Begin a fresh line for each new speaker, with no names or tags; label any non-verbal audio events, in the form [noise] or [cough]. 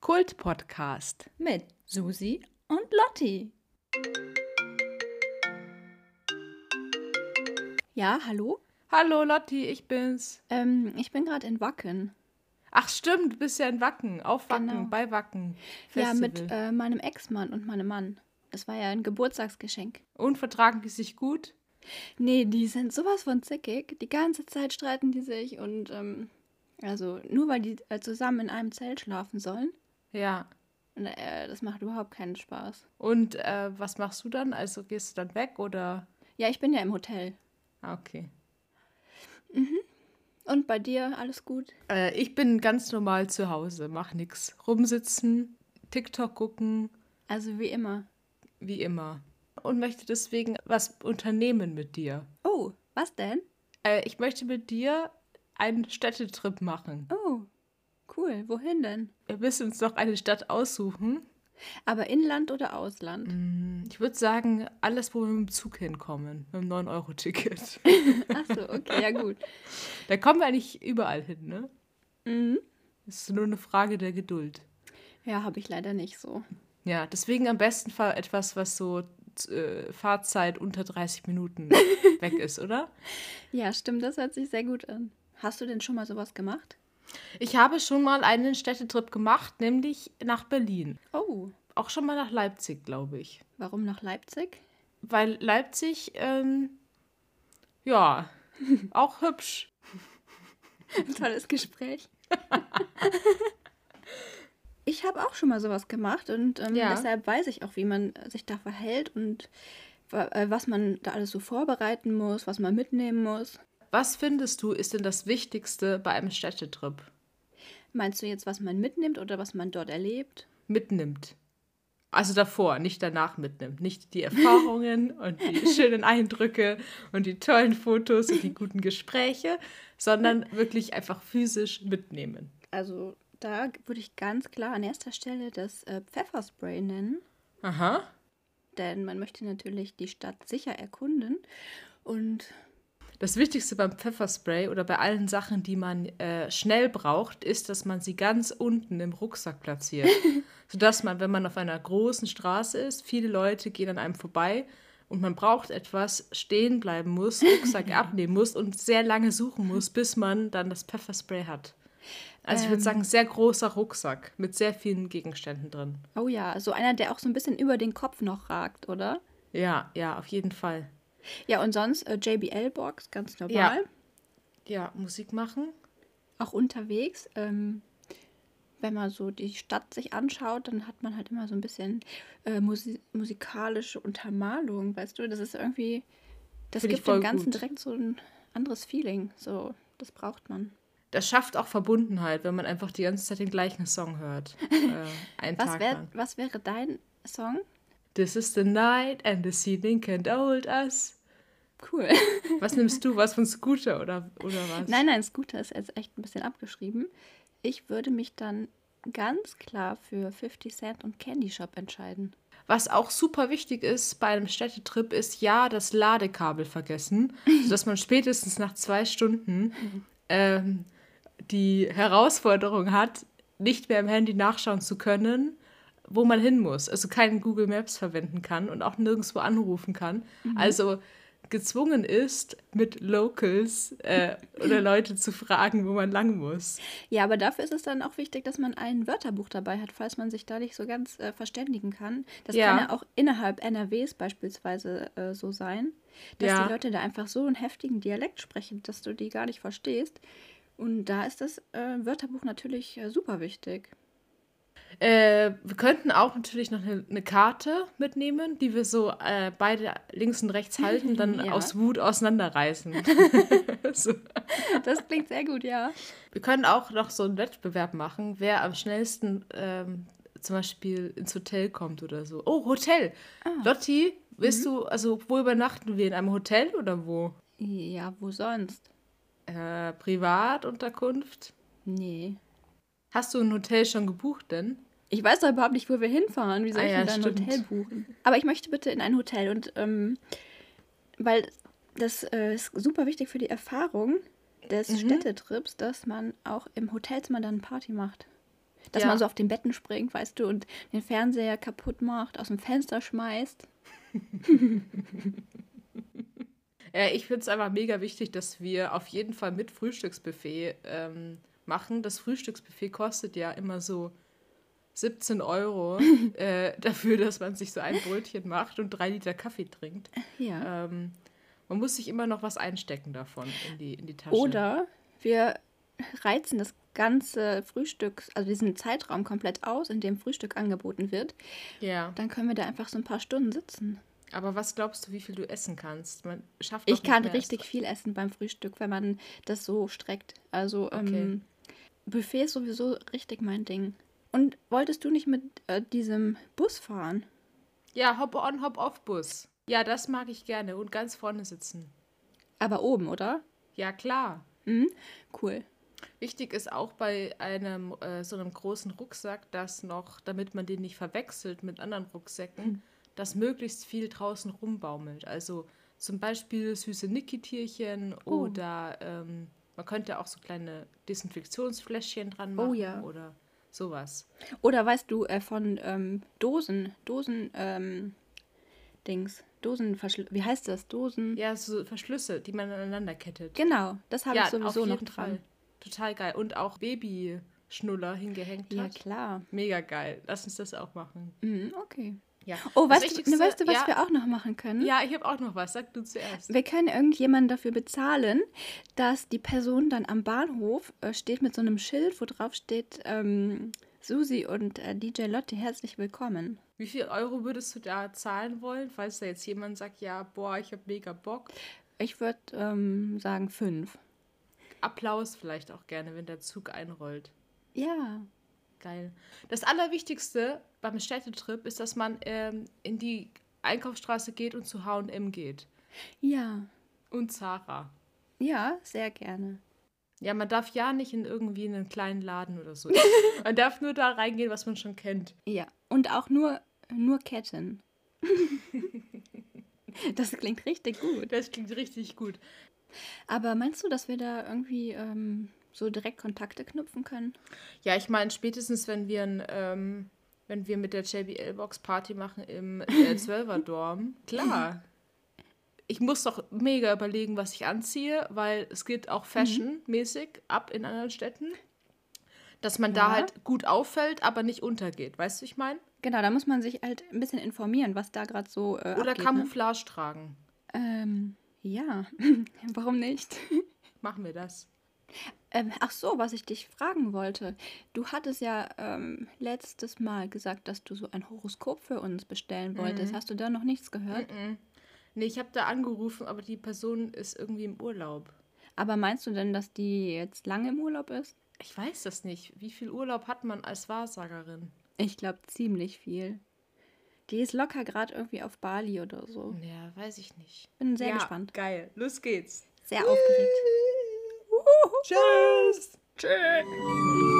Kult-Podcast
mit Susi und Lotti. Ja, hallo?
Hallo Lotti, ich bin's.
Ähm, ich bin gerade in Wacken.
Ach stimmt, du bist ja in Wacken, auf Wacken,
Genau.
bei Wacken. Festival.
Ja, mit äh, meinem Ex-Mann und meinem Mann. Das war ja ein Geburtstagsgeschenk.
Und vertragen die sich gut?
Nee, die sind sowas von zickig. Die ganze Zeit streiten die sich und ähm, also nur weil die äh, zusammen in einem Zelt schlafen sollen.
Ja.
Und, äh, das macht überhaupt keinen Spaß.
Und äh, was machst du dann? Also gehst du dann weg oder?
Ja, ich bin ja im Hotel.
Ah, Okay.
Und bei dir alles gut?
Äh, ich bin ganz normal zu Hause, mach nix. Rumsitzen, TikTok gucken,
Also wie immer.
wie immer. Und möchte deswegen was unternehmen mit dir.
Oh, was denn?
Äh, ich möchte mit dir einen Städtetrip machen.
Oh, cool. Wohin denn?
Wir müssen uns noch eine Stadt aussuchen.
Aber Inland oder Ausland?
Ich würde sagen, alles, wo wir mit dem Zug hinkommen, mit dem 9-Euro-Ticket.
Ach so, okay, ja [laughs] gut.
[laughs] Da kommen wir eigentlich überall hin, ne?
Mhm.
Es ist nur eine Frage der Geduld.
Ja, habe ich leider nicht so.
Ja, deswegen am besten Fall etwas, was so äh, Fahrzeit unter 30 Minuten weg ist, oder?
Ja, stimmt, das hört sich sehr gut an. Hast du denn schon mal sowas gemacht?
Ich habe schon mal einen Städtetrip gemacht, nämlich nach Berlin.
Oh,
Auch schon mal nach Leipzig, glaube ich.
warum nach Leipzig?
Weil Leipzig, ähm, ja, auch hübsch.
[laughs] Tolles Gespräch. [laughs] ich habe auch schon mal sowas gemacht und ähm,
Ja.
deshalb weiß ich auch, wie man äh, sich da verhält und wa- äh, was man da alles so vorbereiten muss, was man mitnehmen muss.
Was findest du, ist denn das Wichtigste bei einem Städtetrip?
Meinst du jetzt, was man mitnimmt oder was man dort erlebt?
mitnimmt. Also davor, nicht danach mitnimmt. Nicht die Erfahrungen und die schönen Eindrücke und die tollen Fotos und die guten Gespräche, sondern wirklich einfach physisch mitnehmen.
Also da würde ich ganz klar an erster Stelle das äh, Pfefferspray nennen.
Aha.
denn man möchte natürlich die Stadt sicher erkunden. Und
Das Wichtigste beim Pfefferspray oder bei allen Sachen, die man äh, schnell braucht, ist, dass man sie ganz unten im Rucksack platziert. [laughs] Sodass man, wenn man auf einer großen Straße ist, viele Leute gehen an einem vorbei und man braucht etwas, stehen bleiben muss, [laughs] Rucksack abnehmen muss und sehr lange suchen muss, bis man dann das Pfefferspray hat. Also ich würde
Ähm.
sagen, sehr großer Rucksack mit sehr vielen Gegenständen drin.
oh ja, so einer, der auch so ein bisschen über den Kopf noch ragt, oder?
Ja, ja, auf jeden Fall.
Ja, und sonst äh, JBL-Box, ganz normal.
Ja, Musik machen.
Auch unterwegs. Ähm, wenn man so die Stadt sich anschaut, dann hat man halt immer so ein bisschen äh, musi musikalische Untermalung, weißt du? Das ist irgendwie, das
Finde ich
gibt dem
voll
Ganzen
gut.
direkt so ein anderes Feeling. So, das braucht man.
Das schafft auch Verbundenheit, wenn man einfach die ganze Zeit den gleichen Song
[laughs]
hört. äh, einen
Was,
Tag
wär,
lang.
was wäre dein Song?
This is the night and the ceiling can't hold us.
Cool.
Was nimmst du? Was von Scooter oder, oder was?
[laughs] Nein, nein, Scooter ist jetzt echt ein bisschen abgeschrieben. Ich würde mich dann ganz klar für 50 Cent und Candy Shop entscheiden.
Was auch super wichtig ist bei einem Städtetrip, ist ja das Ladekabel vergessen, sodass man spätestens nach zwei Stunden ähm, die Herausforderung hat, nicht mehr im Handy nachschauen zu können, wo man hin muss. Also keinen Google Maps verwenden kann und auch nirgendwo anrufen kann. Also gezwungen ist, mit Locals äh, oder Leute zu fragen, wo man lang muss.
Ja, aber dafür ist es dann auch wichtig, dass man ein Wörterbuch dabei hat, falls man sich da nicht so ganz äh, verständigen kann. Das
Ja.
kann ja auch innerhalb NRWs beispielsweise äh, so sein, dass
Ja.
die Leute da einfach so einen heftigen Dialekt sprechen, dass du die gar nicht verstehst. Und da ist das äh, Wörterbuch natürlich äh, super wichtig. [laughs]
Äh, wir könnten auch natürlich noch eine, eine Karte mitnehmen, die wir so äh, beide links und rechts halten, dann
Ja.
aus Wut auseinanderreißen. so.
Das klingt sehr gut, ja.
Wir können auch noch so einen Wettbewerb machen, wer am schnellsten ähm, zum Beispiel ins Hotel kommt oder so. Oh, Hotel! Lotti, willst du, also wo übernachten wir? In einem Hotel oder wo?
Ja, wo sonst?
Äh, Privatunterkunft?
Nee.
Hast du ein Hotel schon gebucht denn?
Ich weiß doch überhaupt nicht, wo wir hinfahren. Wie soll
Ah
ich
ja,
denn da ein
stimmt.
Hotel buchen? Aber ich möchte bitte in ein Hotel und ähm, weil das äh, ist super wichtig für die
Mhm.
Erfahrung des Städtetrips, dass man auch im Hotelzimmer dann Party macht. Dass
Ja.
man so auf den Betten springt, weißt du, und den Fernseher kaputt macht, aus dem Fenster schmeißt.
Äh, ich finde es einfach mega wichtig, dass wir auf jeden Fall mit Frühstücksbuffet ähm, machen. Das Frühstücksbuffet kostet ja immer so 17 Euro
[laughs]
äh, dafür, dass man sich so ein Brötchen macht und drei Liter Kaffee trinkt.
Ja.
Ähm, man muss sich immer noch was einstecken davon in die, in die Tasche.
Oder wir reizen das ganze Frühstück, also diesen Zeitraum komplett aus, in dem Frühstück angeboten wird.
Ja.
Dann können wir da einfach so ein paar Stunden sitzen.
Aber was glaubst du, wie viel du essen kannst? Man schafft doch
Ich
nicht
kann
mehr
richtig
als-
viel essen beim Frühstück, wenn man das so streckt. Also ähm, Buffet ist sowieso richtig mein Ding. Und wolltest du nicht mit äh, diesem Bus fahren?
Ja, Hop-on, Hop-off-Bus. Ja, das mag ich gerne. Und ganz vorne sitzen.
Aber oben, oder?
Ja, klar.
Mhm. Cool.
Wichtig ist auch bei einem äh, so einem großen Rucksack, dass noch, damit man den nicht verwechselt mit anderen
Mhm.
Rucksäcken, dass möglichst viel draußen rumbaumelt. Also zum Beispiel süße Niki-Tierchen
Oh.
oder ähm, man könnte auch so kleine Desinfektionsfläschchen dran machen
Oh ja.
oder sowas.
Oder weißt du äh, von ähm, Dosen, Dosen, ähm, Dings, Dosenverschl... Wie heißt das? Dosen...
Ja, so Verschlüsse, die man aneinander kettet.
Genau, das habe
ja,
ich sowieso noch dran.
Total geil. Und auch Babyschnuller hingehängt
Ja,
hat.
klar.
Mega geil. Lass uns das auch machen.
Mhm, okay.
Ja.
Oh,
Das
weißt du,
Wichtigste-
ne, weißt du, was
ja,
wir auch noch machen können?
Ja, ich habe auch noch was. Sag du zuerst.
Wir können irgendjemanden dafür bezahlen, dass die Person dann am Bahnhof äh, steht mit so einem Schild, wo drauf steht, ähm, Susi und äh, DJ Lotti, herzlich willkommen.
Wie viel Euro würdest du da zahlen wollen, falls da jetzt jemand sagt, ja, boah, ich habe mega Bock?
Ich würde ähm, sagen fünf.
Applaus vielleicht auch gerne, wenn der Zug einrollt.
Ja.
Geil. Das Allerwichtigste beim Städtetrip ist, dass man ähm, in die Einkaufsstraße geht und zu H&M geht.
Ja.
Und Zara.
Ja, sehr gerne.
Ja, man darf ja nicht in irgendwie einen kleinen Laden oder so. man darf nur da reingehen, was man schon kennt.
Ja. Und auch nur, nur Ketten. [laughs] das klingt richtig gut.
Das klingt richtig gut.
Aber meinst du, dass wir da irgendwie ähm, so direkt Kontakte knüpfen können?
Ja, ich meine, spätestens wenn wir ein, ähm, wenn wir mit der JBL-Box Party machen im [laughs] äh, 12 dorm klar. Ich muss doch mega überlegen, was ich anziehe, weil es geht auch fashionmäßig ab in anderen Städten. Dass man da
Ja.
halt gut auffällt, aber nicht untergeht. Weißt du, ich meine?
Genau, da muss man sich halt ein bisschen informieren, was da gerade so äh,
Oder
abgeht, ne?
Camouflage tragen.
Ähm, ja, [laughs] warum nicht?
Machen wir das.
Ähm, ach so, was ich dich fragen wollte. Du hattest ja ähm, letztes Mal gesagt, dass du so ein Horoskop für uns bestellen wolltest. Hast du da noch nichts gehört?
Nee, ich habe da angerufen, aber die Person ist irgendwie im Urlaub.
Aber meinst du denn, dass die jetzt lange im Urlaub ist?
Ich weiß das nicht. Wie viel Urlaub hat man als Wahrsagerin?
Ich glaube ziemlich viel. Die ist locker gerade irgendwie auf Bali oder so.
Ja, weiß ich nicht.
Bin sehr gespannt.
Geil. Los geht's.
Sehr aufgeregt.
Tschüss. Tschüss.